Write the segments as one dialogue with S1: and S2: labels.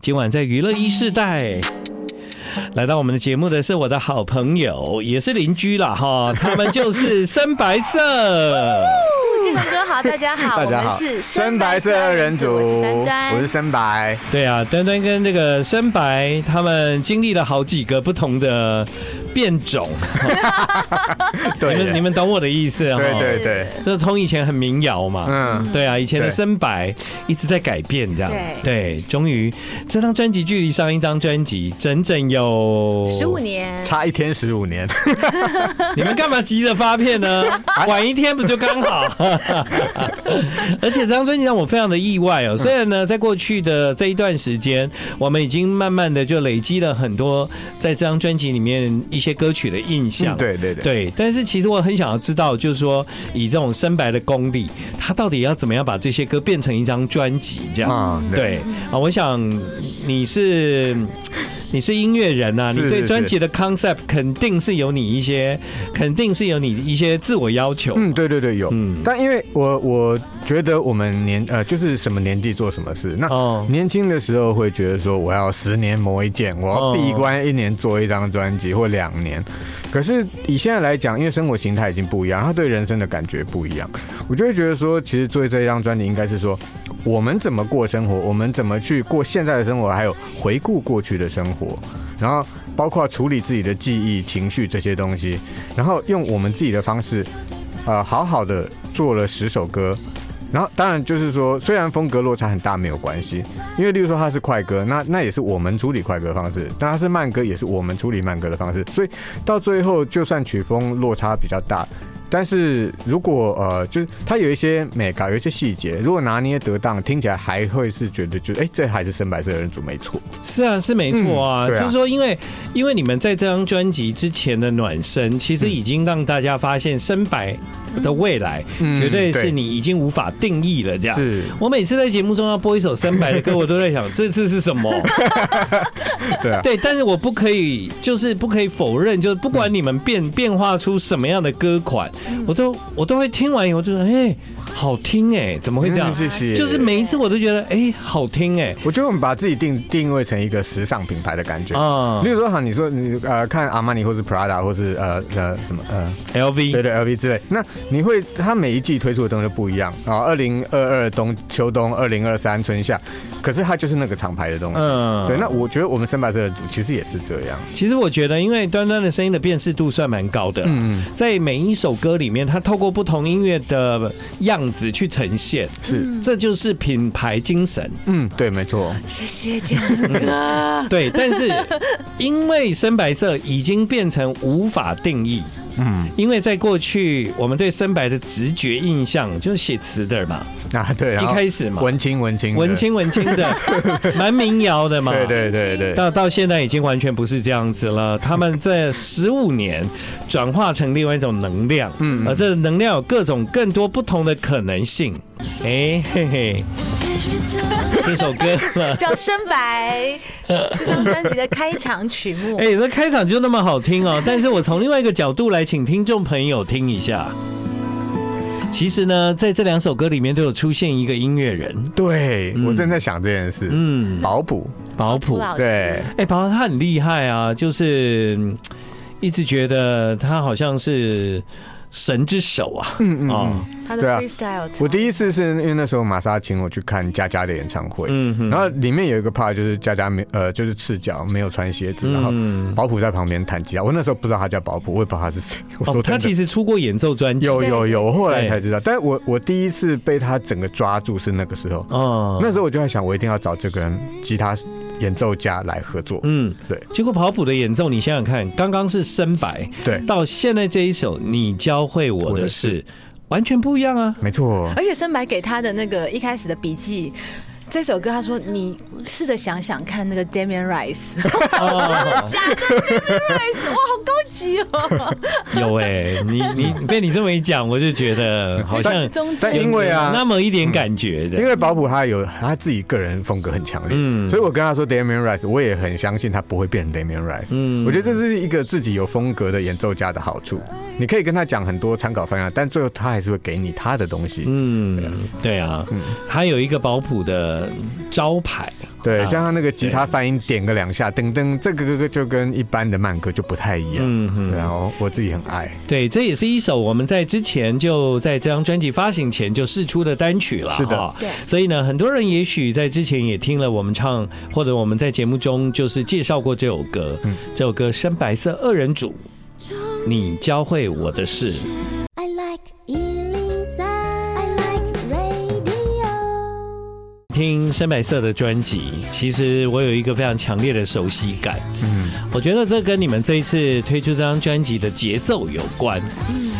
S1: 今晚在娱乐一世代。来到我们的节目的是我的好朋友，也是邻居了 哈，他们就是深白色。
S2: 志鹏哥 好，大家好，
S3: 大家
S2: 我
S3: 好
S2: 们是，
S3: 深白色二人组，
S2: 我是丹丹，
S3: 我是深白，
S1: 对啊，端端跟这个深白他们经历了好几个不同的变种，
S3: 对，
S1: 你们你们懂我的意思哈。
S3: 对对对，
S1: 就是从以前很民谣嘛，
S3: 嗯，
S1: 对啊，以前的
S3: 对
S1: 深白一直在改变，这样对，终于这张专辑距离上一张专辑整整有
S2: 十五。年，
S3: 差一天十五年，
S1: 你们干嘛急着发片呢？
S3: 啊
S1: 晚一天不就刚 好？而且这张专辑让我非常的意外哦。虽然呢，在过去的这一段时间，我们已经慢慢的就累积了很多在这张专辑里面一些歌曲的印象。
S3: 嗯对对对
S1: 对，但是其实我很想要知道，就是说以这种深白的功力，他到底要怎么样把这些歌变成一张专辑这样？
S3: 嗯
S1: 对啊，我想你是你是音乐人呐、啊
S3: 是
S1: 你对
S3: 是
S1: 专辑的 concept 肯定是有你一些，肯定是有你一些自我要求。
S3: 嗯，对对对，有
S1: 嗯。
S3: 但因为我我觉得我们年呃，就是什么年纪做什么事。那
S1: 哦
S3: 年轻的时候会觉得说，我要十年磨一剑，我
S1: 哦
S3: 要闭关一年做一张专辑或两年。可是以现在来讲，因为生活形态已经不一样，他对人生的感觉不一样，我就会觉得说，其实做这张专辑应该是说，我们怎么过生活，我们怎么去过现在的生活，还有回顾过去的生活，然后包括处理自己的记忆、情绪这些东西，然后用我们自己的方式，呃，好好的做了十首歌。然后当然就是说，虽然风格落差很大没有关系，因为例如说它是快歌，那那也是我们处理快歌的方式；那它是慢歌，也是我们处理慢歌的方式。所以到最后，呃就算曲风落差比较大，但是如果呃，就是它有一些美感，有一些细节，如果拿捏得当，听起来还会是觉得就哎、这还是深白色的人组没错。
S1: 是啊，是没错啊，
S3: 嗯对啊
S1: 就是说，因为因为你们在这张专辑之前的暖身，其实已经让大家发现深白的未来、
S3: 嗯
S1: 绝对是
S3: 对
S1: 你已经无法定义了。这样，
S3: 是
S1: 我每次在节目中要播一首深白的歌，我都在想这次是什么。
S3: 对啊，
S1: 对，但是我不可以，就是不可以否认，就是不管你们
S3: 嗯
S1: 变变化出什么样的歌款，我都我都会听完以后就说，哎、好听哎、怎么会这样
S3: 嗯？谢谢。
S1: 就是每一次我都觉得，哎、好听哎、
S3: 我觉得我们把自己定定位成一个时尚品牌的感觉。
S1: 啊
S3: 例如说，好，你说你呃看阿玛尼或是 Prada 或是呃呃什么呃
S1: LV，
S3: 对对 LV 之类，那你会它每一季推出的东西都不一样啊，二零二二冬秋冬，二零二三春夏，可是它就是那个厂牌的东西。
S1: 嗯
S3: 对，那我觉得我们深白色的组其实也是这样。
S1: 其实我觉得，因为端端的声音的辨识度算蛮高的，
S3: 嗯，
S1: 在每一首歌里面，他透过不同音乐的样子去呈现，
S3: 是，
S1: 这就是品牌精神。
S3: 嗯，对，没错，
S2: 谢谢志鹏哥，
S1: 对，但是因为深白色已经变成无法定义，
S3: 嗯
S1: 因为在过去我们对深白的直觉印象就是写词的嘛，
S3: 啊，对，然后
S1: 一开始嘛
S3: 文青文青的
S1: 文，青文青 的，蛮民谣的嘛。
S3: 对对对对，
S1: 到到现在已经完全不是这样子了。他们这十五年转化成另外一种能量，嗯，而这能量有各种更多不同的可能性。哎、嘿嘿，这首歌，
S2: 叫《深白》这张专辑的开场曲 目
S1: 哎、，这开场就那么好听哦。但是我从另外一个角度来，请听众朋友听一下。其实呢，在这两首歌里面都有出现一个音乐人，
S3: 对我正在想这件事，
S1: 嗯，
S3: 保普，
S1: 保
S2: 顾
S1: 普，
S2: 老师
S3: 对，
S1: 哎、宝宝他很厉害啊，就是嗯一直觉得他好像是神之手啊。
S3: 嗯嗯
S1: 哦
S3: 嗯。
S2: 他的
S3: 对啊
S2: freestyle，
S3: 我第一次是因为那时候玛莎请我去看佳佳的演唱会，
S1: 嗯哼
S3: 然后里面有一个 part 就是佳佳没呃就是赤脚没有穿鞋子，然后
S1: 嗯
S3: 保普在旁边弹吉他，我那时候不知道他叫保普，我也不知道他是谁，我
S1: 哦，
S3: 说
S1: 他
S3: 真的。
S1: 其实出过演奏专辑。
S3: 有
S2: 对
S3: 有
S2: 对
S3: 有，我后来
S1: 对
S3: 才知道，但我我第一次被他整个抓住是那个时候，
S1: 哦，
S3: 那时候我就在想，我一定要找这个人吉他演奏家来合作，
S1: 嗯，
S3: 对
S1: 结果跑谱的演奏，你想想看，刚刚是深白，
S3: 对，
S1: 到现在这一首《你教会我的
S3: 我
S1: 事》，完全不一样啊。
S3: 没错，
S2: 而且深白给他的那个一开始的笔记。这首歌，他说：“你试着想想看，那个 Damian Rice，
S1: 哦，
S2: 假的 Damian Rice，哇，好高级哦！
S1: 有哎、 你你被你这么一讲，我就觉得好像
S3: 嗯但
S2: 中
S3: 但
S2: 间
S3: 因为啊，嗯
S1: 有那么一点感觉的。
S3: 因为保普他有他自己个人风格很强烈，
S1: 嗯
S3: 所以我跟他说 Damian Rice，我也很相信他不会变成 Damian Rice。
S1: 嗯
S3: 我觉得这是一个自己有风格的演奏家的好处，你可以跟他讲很多参考方
S1: 嗯
S3: 向，但最后他还是会给你他的东西。
S1: 嗯，对啊，他有一个保普的个招牌。
S3: 对
S1: 啊，
S3: 像他那个吉他泛音点个两下，噔噔，这个歌就跟一般的慢歌就不太一样。
S1: 嗯哼
S3: 然后我自己很爱，
S1: 对，这也是一首我们在之前就在这张专辑发行前就试出的单曲了，
S3: 是的
S1: 哈
S2: 对
S1: 所以呢，很多人也许在之前也听了我们唱，或者我们在节目中就是介绍过这首歌。
S3: 嗯
S1: 这首歌《深白色二人组》，你教会我的事。
S4: I like Ealing Sound. I like radio.
S1: 听深白色的专辑，其实我有一个非常强烈的熟悉感。嗯，我觉得这跟你们这一次推出这张专辑的节奏有关。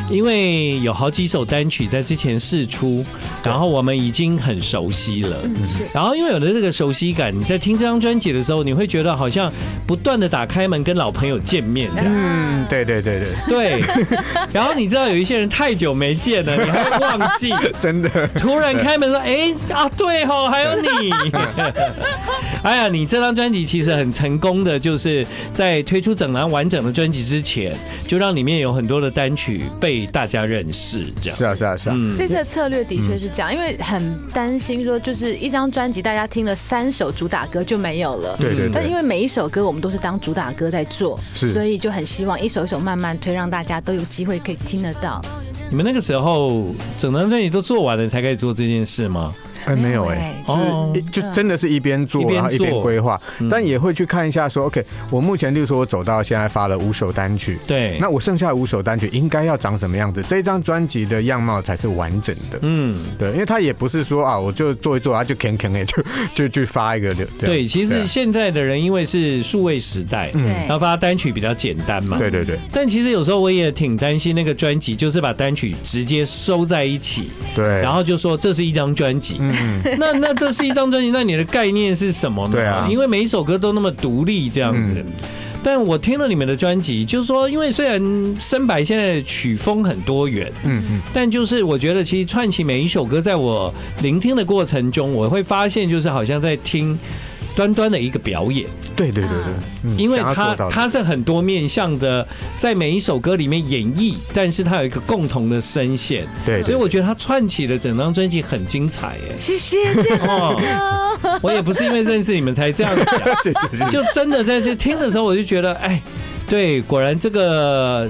S1: 因为有好几首单曲在之前试出，然后我们已经很熟悉了。
S2: 是
S1: 然后因为有了这个熟悉感，你在听这张专辑的时候，你会觉得好像不断的打开门跟老朋友见面 这样。
S3: 嗯，对对对对，
S1: 对，然后你知道有一些人太久没见了，你还会忘记。
S3: 真的。
S1: 突然开门说：“哎、啊，对吼，还有 你。”哎呀，你这张专辑其实很成功的，就是在推出整张完整的专辑之前，就让里面有很多的单曲被大家认识，这样
S3: 是。啊是啊是啊，
S1: 嗯
S2: 这次的策略的确是这
S3: 嗯
S2: 样，因为很担心说，就是一张专辑大家听了三首主打歌就没有了。
S3: 对对
S2: 但因
S3: 对，
S2: 为每一首歌我们都是当主打歌在做，
S3: 是
S2: 所以就很希望一首一首慢慢推，让大家都有机会可以听得到。
S1: 你们那个时候整张专辑都做完了，才开始做这件事吗？
S3: 哎没有
S2: 没有
S3: 哎
S2: 哎，
S1: 哦
S3: 是一就真的是一边
S1: 一
S3: 做
S1: 边
S3: 然后一边
S1: 做嗯
S3: 规划，但也会去看一下说，OK，我目前例如说我走到现在发了五首单曲，
S1: 对，
S3: 那我剩下五首单曲应该要长什么样子？这张专辑的样貌才是完整的。
S1: 嗯。
S3: 对，因为他也不是说啊，我就做一做，啊就啃啃哎， 就就就发一个的。这样
S1: 对，其
S3: 对
S1: 实
S3: 啊嗯
S1: 现在的人因为是数位时代，
S2: 对
S1: 然后发单曲比较简单嘛。
S3: 对对对
S1: 但其实有时候我也挺担心那个专辑，就是把单曲直接收在一起，
S3: 对，
S1: 然后就说这是一张专辑。
S3: 嗯，
S1: 那那这是一张专辑，那你的概念是什么呢？
S3: 对啊嗯
S1: 因为每一首歌都那么独立这样子。但我听了你们的专辑，就是说，因为虽然深白现在的曲风很多元，
S3: 嗯嗯
S1: 但就是我觉得其实串起每一首歌，在我聆听的过程中，我会发现就是好像在听端端的一个表演，
S3: 嗯，对对对对，嗯
S1: 啊因为
S3: 想要做
S1: 它
S3: 到的
S1: 它是很多面向的，在每一首歌里面演绎，但是它有一个共同的声线，
S3: 对，
S1: 所以
S3: 对
S1: 我觉得它串起了整张专辑很精彩耶。
S2: 谢谢建
S1: 哦
S2: 哥。
S1: 我也不是因为认识你们才这样讲，
S3: 谢谢谢谢
S1: 就真的在这听的时候，我就觉得，哎，对，果然这个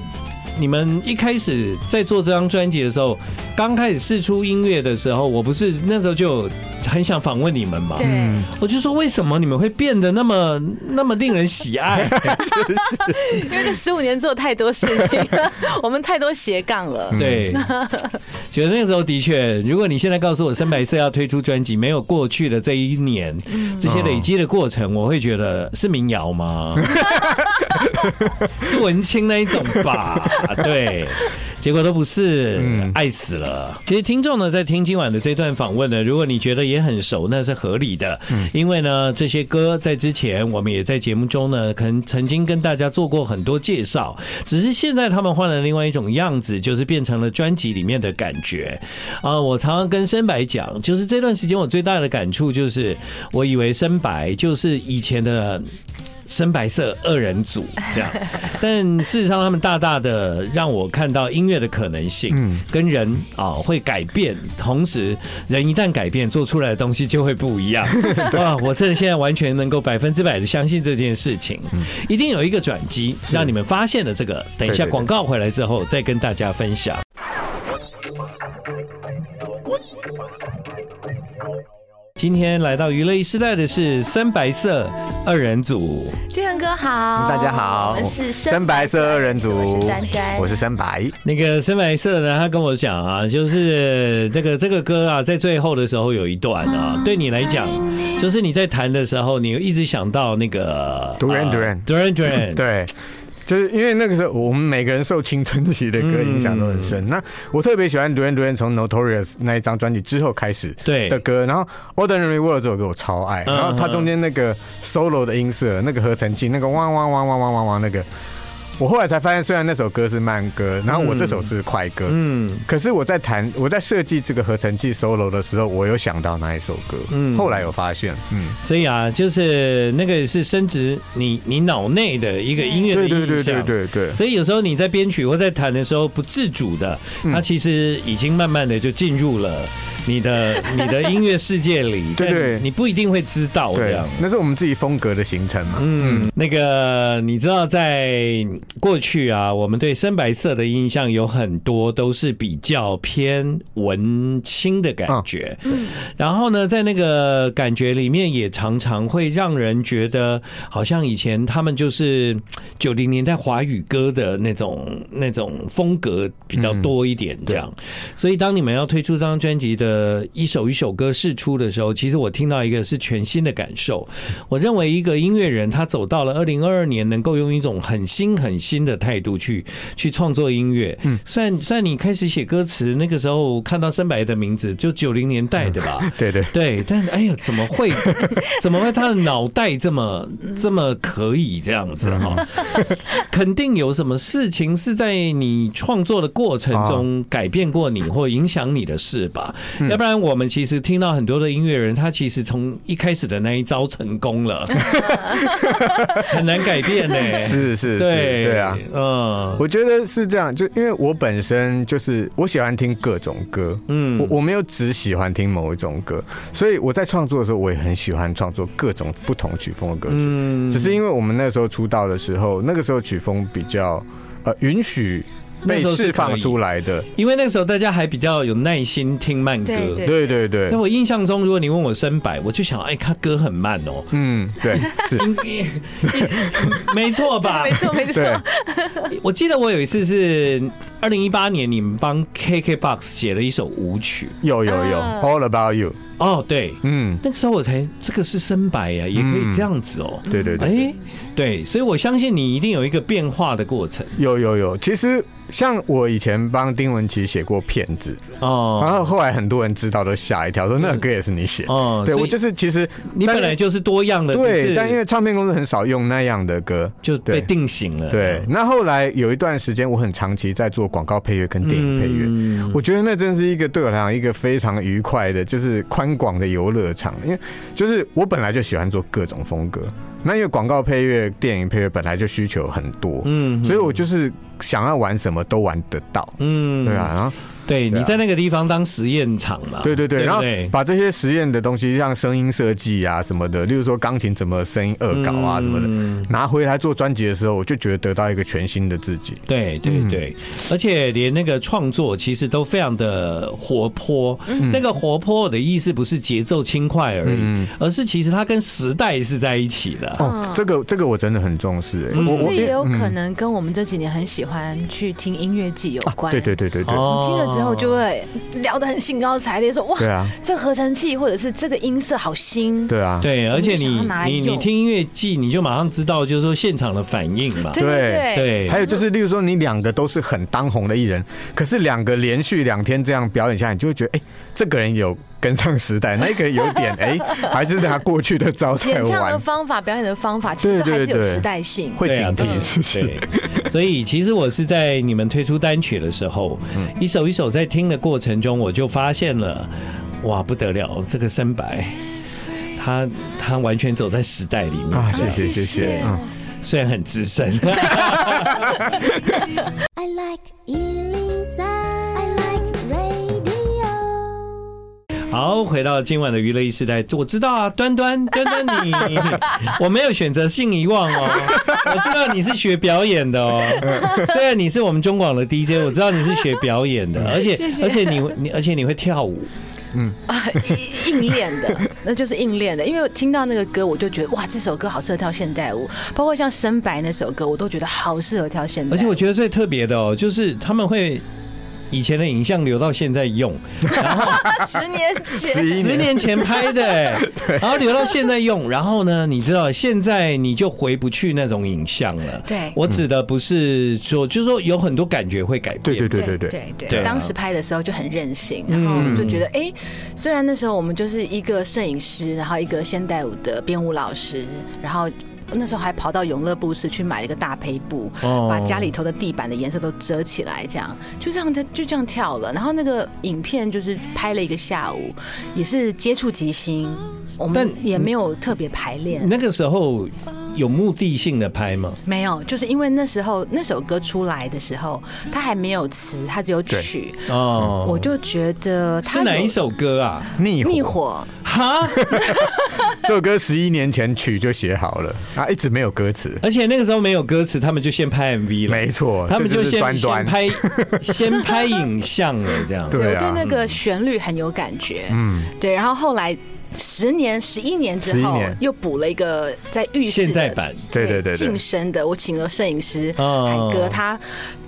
S1: 你们一开始在做这张专辑的时候，刚开始试出音乐的时候，我不是那时候就有很想访问你们嘛，
S2: 对，
S3: 嗯
S1: 我就说为什么你们会变得那么那么令人喜爱？
S2: 因为这十五年做太多事情 了，我们太多斜杠了。
S3: 嗯
S1: 对，嗯 觉得那时候的确，如果你现在告诉我深白色要推出专辑，没有过去的这一年这些累积的过程，我会觉得是民谣吗？ 是文青那一种吧？对。结果都不是，
S3: 嗯
S1: 爱死了。其实听众呢，在听今晚的这段访问呢，如果你觉得也很熟，那是合理的，因为呢，这些歌在之前我们也在节目中呢，可能曾经跟大家做过很多介绍，只是现在他们换了另外一种样子，就是变成了专辑里面的感觉。啊、我常常跟深白讲，就是这段时间我最大的感触就是，我以为深白就是以前的深白色二人组这样，但事实上他们大大的让我看到音乐的可能性，
S3: 嗯
S1: 跟人啊、会改变，同时人一旦改变，做出来的东西就会不 一样。哇，我真的现在完全能够百分之百的相信这件事情，
S3: 嗯
S1: 一定有一个转机，让你们发现了这个。等一
S3: 对
S1: 下
S3: 对对
S1: 广告回来之后再跟大家分享。今天来到娱乐一时代的是深白色二人组，
S2: 建恒哥好，
S3: 大家好
S2: 我们是
S3: 深白色二人组，
S2: 我是丹丹，
S3: 我是深白，
S1: 那个深白色呢，他跟我讲啊，就是这个这个歌啊，在最后的时候有一段啊，对你来讲，就是你在弹的时候，你一直想到那个
S3: 独人
S1: 呃
S3: 独人
S1: 独人独人，
S3: 对。就是因为那个时候，我们每个人受青春期的歌影响都很
S1: 嗯
S3: 深。那我特别喜欢《Duran Duran》从《Notorious》那一张专辑之后开始
S1: 对
S3: 的歌，然后《Ordinary World》这首歌我超爱，
S1: 嗯
S3: 然后它
S1: 嗯
S3: 中间那个 solo 的音色、那个合成器、那个汪汪汪汪汪汪汪那个，我后来才发现，虽然那首歌是慢歌，然后我这首是快歌，
S1: 嗯
S3: 可是我在弹我在设计这个合成器 solo 的时候，我有想到那一首歌，
S1: 嗯
S3: 后来有发现，嗯，
S1: 所以啊，就是那个是升值你你脑内的一个音乐的
S3: 对
S1: 意象。
S3: 对对对对对，
S1: 所以有时候你在编曲或在弹的时候不自主的，
S3: 嗯
S1: 它其实已经慢慢的就进入了你的你的音乐世界里，
S3: 对
S1: 但
S3: 对
S1: 你不一定会知道这
S3: 对
S1: 样。，
S3: 那是我们自己风格的形成嘛，
S1: 嗯，那个你知道，在过去啊，我们对深白色的印象有很多都是比较偏文青的感觉，嗯，然后呢，在那个感觉里面，也常常会让人觉得，好像以前他们就是九零年代华语歌的那种那种风格比较多一点这样。所以当你们要推出这张专辑的一首一首歌试出的时候，其实我听到一个是全新的感受，我认为一个音乐人，他走到了二零二二年，能够用一种很新很新的态度去去创作音乐。嗯，虽然虽然你开始写歌词，那个时候看到深白的名字，就九零年代的吧。
S3: 对对。
S1: 对，但哎呦，怎么会？ 怎么会他的脑袋这么这么可以这样子哈、嗯 肯定有什么事情是在你创作的过程中改变过你或影响你的事吧？要不然我们其实听到很多的音乐人，他其实从一开始的那一招成功了， 很难改变呢、
S3: 是是是，
S1: 对
S3: 对啊，，
S1: 嗯
S3: 我觉得是这样，就因为我本身就是我喜欢听各种歌，
S1: 嗯
S3: 我我没有只喜欢听某一种歌，所以我在创作的时候，我也很喜欢创作各种不同曲风的歌曲。
S1: 嗯
S3: 只是因为我们那时候出道的时候，那个时候曲风比较呃允许
S1: 那
S3: 被
S1: 时候是
S3: 释
S1: 可
S3: 放
S1: 以
S3: 出来的，
S1: 因为那个时候大家还比较有耐心听慢歌。
S2: 对对
S3: 对对对
S1: 那，我印象中，如果你问我深白，我就想，哎，他歌很慢哦。
S3: 嗯，对， 是，
S1: 没错吧
S2: 没？错没错，
S3: 对，
S1: 我记得我有一次是二零一八年，你们帮 KKBOX 写了一首舞曲。
S3: 有有有
S1: 嗯
S2: 啊
S3: ，All About You，
S1: 哦，对，
S3: 嗯，
S1: 那个时候我才这个是深白呀、也可以这样子哦。
S3: 嗯对对对，
S1: 哎，对，所以我相信你一定有一个变化的过程
S3: 有有有，其实。像我以前帮丁文琪写过片子，然
S1: 哦。
S3: 后后来很多人知道都吓一跳，说那个歌也是你写的。
S1: 哦
S3: 啊对
S1: 所以
S3: 我就是其实
S1: 你本来就是多样的，只
S3: 对，
S1: 是
S3: 但因为唱片公司很少用那样的歌，
S1: 就被
S3: 对
S1: 定型了。
S3: 对。那后来有一段时间，我很长期在做广告配乐跟电影配乐。
S1: 嗯
S3: 我觉得那真是一个对我来讲一个非常愉快的，就是宽广的游乐场。因为就是我本来就喜欢做各种风格，那因为广告配乐、电影配乐本来就需求很多，
S1: 嗯
S3: 所以我就是想要玩什么都玩得到。
S1: 嗯
S3: 对啊，然后
S1: 对，
S3: 对啊
S1: 你在那个地方当实验场嘛？
S3: 对对对，然
S1: 不
S3: 后
S1: 啊对
S3: 把这些实验的东西，像声音设计啊什么的，例如说钢琴怎么声音恶搞啊什么的，
S1: 嗯
S3: 拿回来做专辑的时候，我就觉得得到一个全新的自己。
S1: 对对
S3: 嗯
S1: 对，而且连那个创作其实都非常的活泼。
S3: 嗯
S1: 那个活泼的意思不是节奏轻快而已，而是其实它跟时代是在一起的。
S3: 哦，这个这个我真的很重视、欸，我
S2: 这
S3: 我
S2: 也有
S3: 嗯
S2: 可能跟我们这几年很喜欢去听音乐季有关。
S3: 啊对对对对对，
S1: 哦
S2: 听了之后就会聊得很兴高采烈，说哇，
S3: 对啊
S2: 这合成器或者是这个音色好新。
S3: 对啊，
S1: 对，而且
S2: 我就想
S1: 你
S2: 要拿来
S1: 你你
S2: 用
S1: 听音乐季，你就马上知道，就是说现场的反应嘛。
S2: 对对
S1: 对，啊
S3: 还有就是，例如说你两个都是很当红的艺人，可是两个连续两天这样表演下来，你就会觉得，哎、这个人有跟上时代，那一个人有点，哎、还是他过去的招在
S2: 演唱的
S3: 玩，
S2: 方法、表演的方法，其实都
S3: 对
S2: 还
S3: 对
S2: 是有
S3: 对
S2: 时代性。
S3: 会
S1: 对
S3: 警
S1: 啊
S3: 惕自己。
S1: 对，所以其实我是在你们推出单曲的时候，
S3: 嗯
S1: 一首一首在听的过程中，我就发现了，哇，不得了，这个深白，他他完全走在时代里面，
S3: 啊，谢谢谢谢，嗯，
S1: 虽然很资深。
S4: I like Ealing Sound. I like radio.
S1: 好，回到今晚的娱乐一时代，我知道啊，端端 端端你，我没有选择性遗忘哦，我知道你是学表演的哦，虽然你是我们中广的 DJ，我知道你是学表演的，而且而且你你而且你会跳舞，
S2: 硬练的， 那就是硬练的。因为我听到那个歌，我就觉得哇，这首歌好适合跳现代舞，包括像《深白》那首歌，我都觉得好适合跳现代舞。
S1: 而且我觉得最特别的哦，就是他们会以前的影像留到现在用，
S2: 得十年前，
S3: 十一
S1: 十
S3: 年，
S1: 年前拍的哎， 然后留到现在用，然后呢，你知道现在你就回不去那种影像了。
S2: 对
S1: 我指的不是说，就是说有很多感觉会改变。
S3: 对对对对嗯对，
S2: 对对
S1: 对啊
S2: 当时拍的时候就很任性，然后就觉得哎、诶虽然那时候我们就是一个摄影师，然后一个现代舞的编舞老师，然后。那时候还跑到永乐布市去买了一个大胚布，
S1: 哦
S2: 把家里头的地板的颜色都遮起来，这样就这样在就这样跳了。然后那个影片就是拍了一个下午，也是接触即兴，我们
S1: 但
S2: 也没有特别排练。
S1: 那个时候有目的性的拍吗？
S2: 没有，就是因为那时候那首歌出来的时候，它还没有词，它只有曲，
S1: 哦，
S2: 我就觉得它
S1: 是哪
S2: 有
S1: 一首歌啊？
S3: 逆火
S2: 灭火，
S1: 哈，
S3: 这首歌十一年前曲就写好了啊，一直没有歌词。
S1: 而且那个时候没有歌词，他们就先拍 MV 了，
S3: 没错，
S1: 他们
S3: 这就是
S1: 先
S3: 端
S1: 先
S3: 端
S1: 拍 先拍影像了，这样。
S3: 对
S2: 对，我
S3: 啊
S2: 对那个旋律很有感觉。嗯，对，然后后来十年、十一年之
S3: 11
S2: 后
S3: 年，
S2: 又补了一个在浴室的
S1: 现在版
S3: 对对对对
S2: 晋升的，我请了摄影师
S1: 哦
S2: 韩哥，他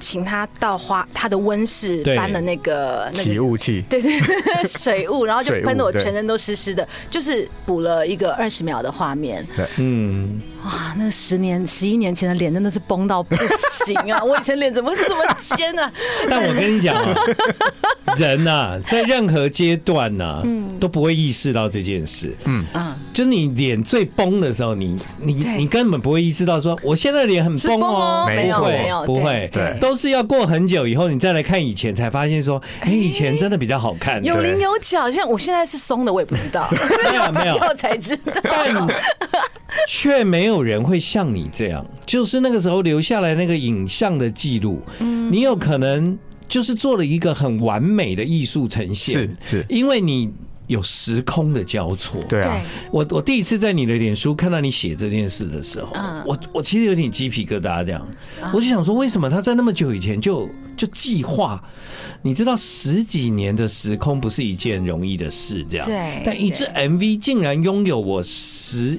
S2: 请他到花他的温室
S1: 对
S2: 搬了那个那
S3: 起
S2: 个。
S3: 雾器，
S2: 对对，对水雾，然后就
S3: 水雾
S2: 喷的我
S3: 对
S2: 全身都湿湿的，就是补了一个二十秒的画面。
S1: 嗯，
S2: 哇，那十年、十一年前的脸真的是崩到不行啊！ 我以前脸怎么会这么尖呢、啊？
S1: 但我跟你讲、 啊，人呐、在任何阶段呐、都不会意识到这件事。嗯
S2: 嗯
S1: 就你脸最崩的时候，你你
S2: 对
S1: 你根本不会意识到说，我现在脸很
S2: 是崩
S1: 崩哦
S2: 哦，，
S3: 没
S2: 没
S1: 不
S2: 有
S3: 错
S1: 会
S2: 没有，
S1: 不
S2: 对
S1: 会，
S3: 对
S1: 都是要过很久以后，你再来看以前，才发现说，哎、以前真的比较好看。
S2: 有
S1: 对
S2: 棱有角，像我现在是松的，我也不知道，
S1: 没有 没有
S2: 我才知道。
S1: 但却没有人会像你这样，就是那个时候留下来那个影像的记录，你有可能就是做了一个很完美的艺术呈现，
S3: 是是
S1: 因为你有时空的交错。
S3: 对啊，
S1: 我我第一次在你的脸书看到你写这件事的时候，
S2: 嗯啊
S1: 我我其实有点鸡皮疙瘩，这样，我就想说，为什么他在那么久以前就就计划？你知道十几年的时空不是一件容易的事，这样，
S2: 对
S1: 但一支 MV 竟然拥有我十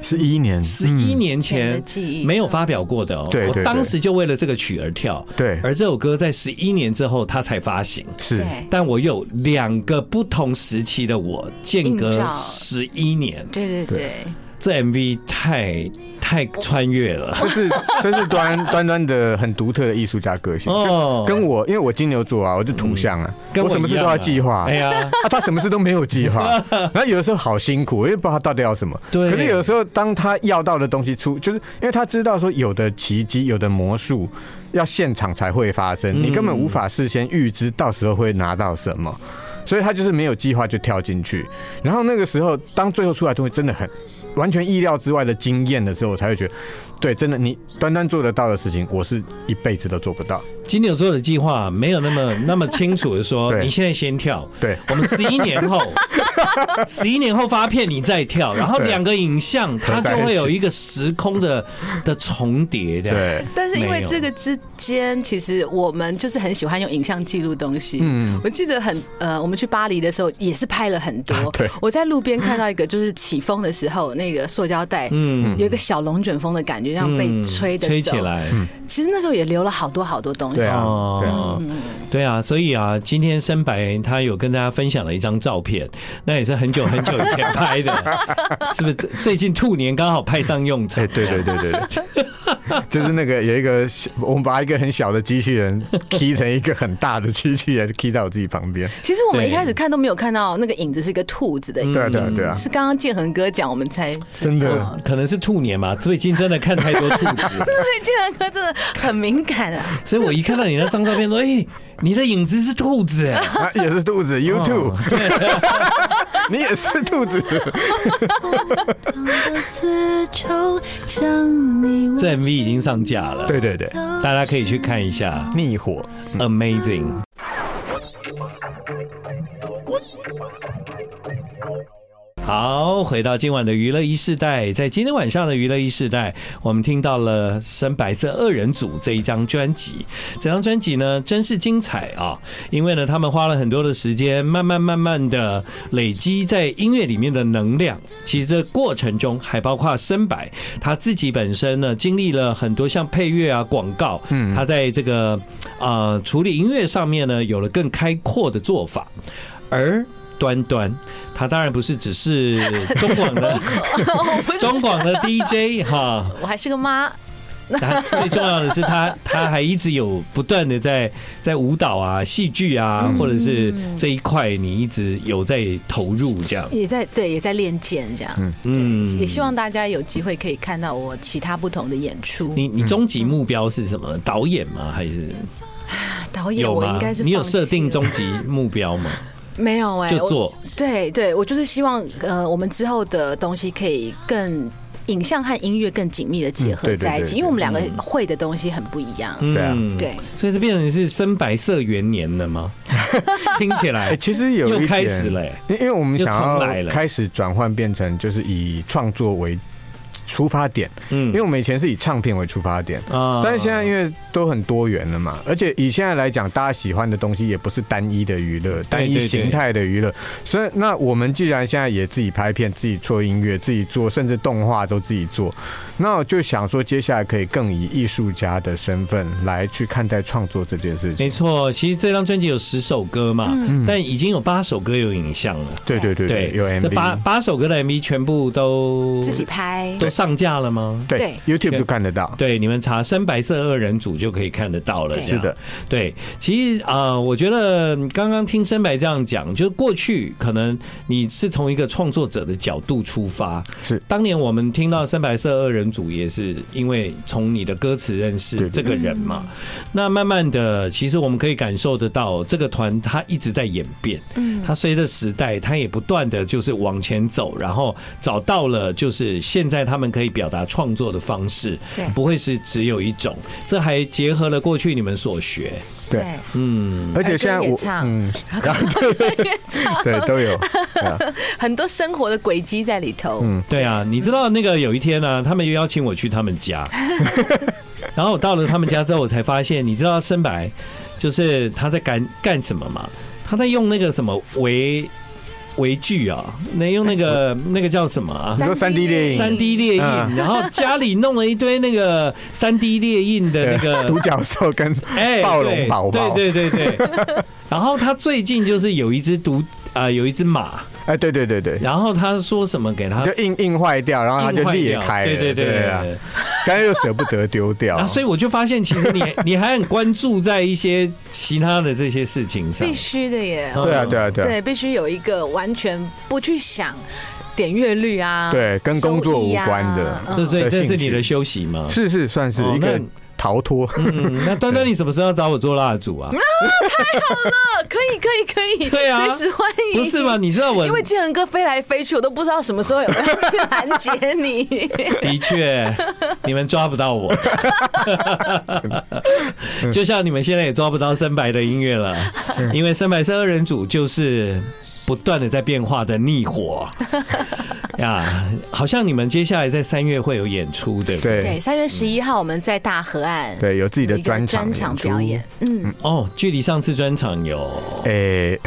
S3: 是一年，
S1: 十一年
S2: 前的
S1: 前
S2: 记忆
S1: 没有发表过的哦，
S3: 嗯对对
S1: 我
S3: 对
S1: 当时就为了这个曲而跳，
S3: 对
S1: 而这首歌在十一年之后它才发行，
S3: 是
S2: 对
S1: 但我有两个不同时期的我，间
S2: 映
S1: 隔
S2: 照
S1: 十一年，
S2: 对对对，
S1: 这 MV 太太穿越了。
S3: 这是 这是端端端的很独特的艺术家个性，
S1: 哦
S3: 就跟我，因为我金牛座啊，我就土象啊，
S1: 跟
S3: 我什么事都要计划，
S1: 一样啊哎呀，
S3: 啊，他什么事都没有计划， 然后有的时候好辛苦，我也不知道他到底要什么。
S1: 对
S3: 可是有的时候，当他要到的东西出，就是因为他知道说，有的奇迹，有的魔术，要现场才会发
S1: 嗯
S3: 生，你根本无法事先预知到时候会拿到什么，所以他就是没有计划就跳进去。然后那个时候，当最后出来的东西真的很完全意料之外的惊艳的时候，我才会觉得，对，真的你端端做得到的事情，我是一辈子都做不到。
S1: 金牛座的计划没有那 么那么清楚的说，
S3: 对
S1: 你现在先跳，
S3: 对
S1: 我们十一年 后，十一年后发片你再跳，然后
S3: 对
S1: 两个影像它
S3: 合在一
S1: 就
S3: 起
S1: 会有一个时空的的重叠的。
S3: 对，
S2: 但是因
S1: 没
S2: 为
S1: 有
S2: 这个之间，其实我们就是很喜欢用影像记录东西。嗯，我记得很呃，我们去巴黎的时候也是拍了很
S1: 啊
S2: 多。
S3: 对
S2: 我在路边看到一个，就是起风的时候，那个塑胶袋，
S1: 嗯
S2: 嗯，有一个小龙卷风的感觉，这样被
S1: 嗯
S2: 吹的
S1: 吹起。来，
S2: 其实那时候也留了好多好多东西
S3: 对。啊嗯对
S1: 哦，对啊，所以啊，今天深白他有跟大家分享了一张照片，那也是很久很久以前拍 的，是不是？最近兔年刚好派上用场
S3: 哎，，对对对对 对，就是那个有一个小，我们把一个很小的机器人踢成一个很大的机器人，踢在我自己旁边。
S2: 其实我们
S1: 对
S2: 一开始看都没有看到那个影子是一个兔子的影子，
S3: 对啊对啊对啊，哦
S2: 是刚刚建恒哥讲，我们才
S3: 真的。
S1: 哦可能是兔年嘛，最近真的看太多兔子，
S2: 对，建恒哥真的很敏感啊。
S1: 所以我一看到你那张照片，说，哎、你的影子是兔子、哎
S3: 啊，也是兔子，You too，、你也是兔子，
S4: 的丝绸让你闻
S1: 这 MV 已经上架了，
S3: 对，对对，
S1: 大家可以去看一下
S3: 逆火，
S1: ，Amazing。好，回到今晚的娱乐一世代，在今天晚上的娱乐一世代，我们听到了深白色二人组这一张专辑。这张专辑呢，真是精彩啊！因为呢，他们花了很多的时间，慢慢慢慢的累积在音乐里面的能量。其实这过程中还包括深白他自己本身呢，经历了很多像配乐啊、广告，嗯，他在这个呃处理音乐上面呢，有了更开阔的做法。而端端，他当然不是只是中广的
S2: 哦我不是
S1: 中广的 DJ 哈，
S2: 我还是个妈，
S1: 他 最重要的是他他还一直有不断的在在舞蹈啊、戏剧啊，
S2: 嗯
S1: 或者是这一块你一直有在投入这样。
S2: 也在对也在练剑这样，
S1: 嗯，
S2: 也希望大家有机会可以看到我其他不同的演出。
S1: 你你终极目标是什么？导演吗？还是
S2: 啊导演
S1: 有
S2: 嗯我
S1: 吗
S2: 应该？是
S1: 你有
S2: 放弃了
S1: 设定终极目标吗？
S2: 没有 哎、
S1: 就
S2: 我
S1: 做
S2: 对对，我就是希望呃，我们之后的东西可以更影像和音乐更紧密的结
S3: 嗯
S2: 合
S3: 对对
S2: 在一起，
S3: 对
S2: 因为我们两个
S1: 嗯
S2: 会的东西很不一样。
S1: 对
S3: 对啊
S2: 对，
S1: 嗯所以这变成是深白色元年了 吗？听起
S3: 哎、
S1: 来
S3: 其实有一
S1: 又
S3: 点
S1: 开始了、欸。
S3: 因因为我们想
S1: 又重来
S3: 要
S1: 了
S3: 开始转换变成就是以创作为出发点，
S1: 嗯
S3: 因为我们以前是以唱片为出发点。
S1: 啊
S3: 但是现在因为都很多元了嘛，而且以现在来讲，大家喜欢的东西也不是单一的娱乐，单
S1: 对
S3: 一
S1: 对
S3: 形态的娱乐。所以，那我们既然现在也自己拍片、自己做音乐、自己做，甚至动画都自己做，那我就想说，接下来可以更以艺术家的身份来去看待创作这件事情。
S1: 没错，其实这张专辑有十首歌嘛，
S2: 嗯
S3: 嗯
S1: 但已经有八首歌有影像了。
S3: 对对对对，有
S1: 这八
S3: MV，
S1: 八首歌的 MV 全部都
S2: 自己拍
S1: 都上架了吗？
S3: 对
S2: 对
S3: YouTube 都看得到。
S1: 对，你们查“深白色二人组”就可以看得到了。
S2: 对
S1: 这样
S3: 是的，
S1: 对，其实啊、呃我觉得刚刚听深白这样讲，就是过去可能你是从一个创作者的角度出发，
S3: 是
S1: 当年我们听到深白色二人组也是因为从你的歌词认识
S3: 对
S1: 这个人嘛。那慢慢的，其实我们可以感受得到，这个团它一直在演变，嗯，它随着时代，它也不断的就是往前走，然后找到了就是现在他们可以表达创作的方式，
S2: 对
S1: 不会是只有一种，这还结合了过去你们所学。
S3: 对，
S1: 嗯，
S3: 而且现在
S2: 儿歌也
S3: 我
S2: 唱
S3: 嗯， 然后对都有，对啊
S2: 很多生活的轨迹在里头。
S3: 嗯
S1: 对啊，你知道那个有一天呢、啊，他们又邀请我去他们家， 然后我到了他们家之后，我才发现，你知道深白就是他在干干什么吗？他在用那个什么围围具啊，那用那个那个叫什么啊？
S3: 你说三 D 猎
S1: 三
S3: 影
S1: D 列印，
S3: 嗯
S1: 然后家里弄了一堆那个三 D 列印 的那个
S3: 独角兽跟
S1: 哎，
S3: 暴
S1: 对
S3: 龙宝宝，
S1: 对对对对。然后他最近就是有一只独啊、有一只马，
S3: 哎，对对对对，
S1: 然后他说什么给他
S3: 就硬硬坏掉，然后啊它就
S1: 硬坏
S3: 裂
S1: 掉
S3: 开了，
S1: 对对对对
S3: 啊
S1: 对，
S3: 刚才又舍不得丢掉，
S1: 啊，所以我就发现，其实 你你还很关注在一些其他的这些事情上
S2: 必。须的耶，
S1: 嗯
S3: 对啊对啊对啊，
S2: 对，必须有一个完全不去想点阅率啊，
S3: 对跟工作
S2: 收益啊
S3: 无关的
S2: 嗯
S1: 这所以
S3: 的兴
S1: 这
S3: 趣
S1: 是你的休息吗？
S3: 是是算是
S1: 哦
S3: 一个逃脱，
S1: 嗯，那端端，你什么时候要找我做蜡烛啊？
S2: 呃可以可以可以，
S1: 对啊
S2: 随时欢迎，
S1: 不是吗？？你知道我
S2: 因为建恒哥飞来飞去，我都不知道什么时候有人去拦截你。
S1: 的 确，你们抓不到 我，就像你们现在也抓不到深白的音乐了，
S3: 嗯
S1: 因为深白是二人组，就是不断的在变化的逆 火呀。好像你们接下来在三月会有演出，对不对？
S2: 对，
S3: 对
S2: 三月十一号我们在大河岸
S3: 对，有自己
S2: 有
S3: 的
S2: 一个
S3: 专场
S2: 专场表
S3: 出
S2: 演，，嗯，
S1: 哦，距离上次专场有
S3: 哎，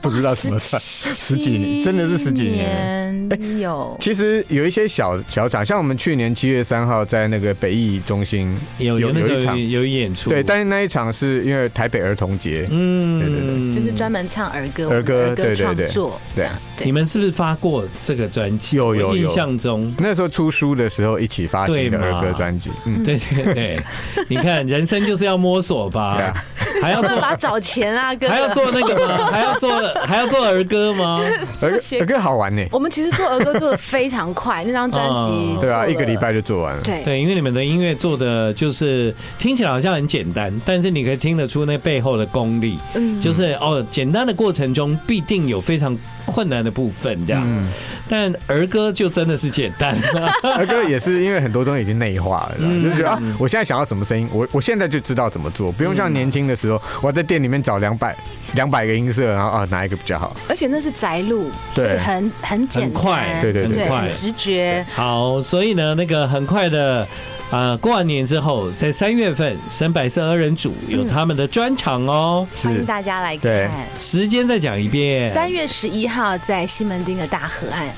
S3: 不知道什么算十几年，真的是十几年。哎
S2: 年有。
S3: 其实有一些小小场，像我们去年七月三号在那个北艺中心
S1: 有有
S3: 有
S1: 那时候
S3: 有一场，
S1: 有演出，
S3: 对，但是那一场是因为台北儿童节，
S1: 嗯
S3: 对对对
S2: 就是专门唱儿歌，
S3: 儿歌
S2: 我们
S3: 对对
S2: 创
S3: 对
S2: 作，
S3: 对
S2: 这样对
S1: 你们是不是发过这个专辑？
S3: 有有
S1: 我印
S3: 有
S1: 象中
S3: 那时候出书的时候一起发行
S1: 对
S3: 的
S1: 嘛
S3: 儿歌专辑，嗯，
S1: 对对 对，你看人生就是要摸索吧，
S3: 对啊
S1: 还要
S2: 办
S1: 做
S2: 法找钱啊，哥。
S1: 还要做那个吗？还要做还要做儿歌吗？
S3: 儿
S2: 些哦
S3: 歌儿歌好玩呢，
S2: 我们其实做儿歌做的非常快，那张专辑
S1: 嗯
S3: 对啊，
S2: 做了
S3: 一个礼，拜就做完了，
S2: 对
S1: 对，因为你们的音乐做的就是听起来好像很简单，但是你可以听得出那背后的功力，
S2: 嗯
S1: 就是哦，简单的过程中必定有非常困难的部分这样。
S2: 嗯
S1: 但儿歌就真的是简 单，
S3: 儿歌也是因为很多东西已经内化了，
S1: 嗯
S3: 就觉得啊，我现在想要什么声音，我我现在就知道怎么做，不用像年轻的时
S2: 嗯
S3: 候，我在店里面找两百两百个音色，然后啊哪一个比较好？
S2: 而且那是宅路，
S3: 对
S2: 所以很很简
S1: 很快
S2: 单，
S3: 对对
S1: 对
S2: 对，
S1: 很快
S2: 很直觉，
S1: 好，所以呢，那个很快的，呃，过完年之后，在三月份，深白色二人组有他们的专场哦，
S2: 欢迎大家来
S3: 对
S2: 看。
S1: 时间再讲一遍，
S2: 三月十一号在西门町的大河岸，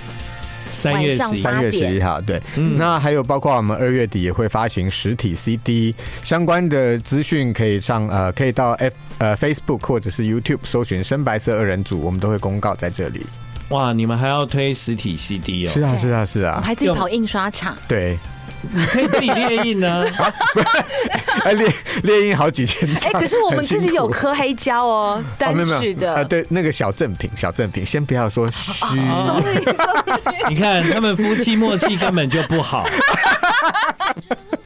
S1: 三月
S2: 晚上
S1: 十一
S2: 八
S3: 三月十
S2: 点嗯
S3: 一号，对，那还有包括我们二月底也会发行实体 CD，相关的资讯可以上呃，可以到 F 呃 Facebook 或者是 YouTube 搜寻“深白色二人组”，我们都会公告在这里。
S1: 哇，你们还要推实体 CD 哦，
S3: 是啊，是啊，是
S2: 我
S3: 啊，
S2: 还自己跑印刷厂，
S3: 对，
S1: 可以自己列印呢、啊。
S3: 哎，列列印好几千
S2: 哎、
S3: 张，
S2: 可是我们
S3: 很辛
S2: 自己有
S3: 苦
S2: 刻黑胶哦，
S3: 哦
S2: 单
S3: 没有没有
S2: 曲的。哦
S3: 啊，对，那个小赠品，小赠品，先不要说虚，
S2: Sorry，Sorry，
S1: 你看他们夫妻默契根本就不好。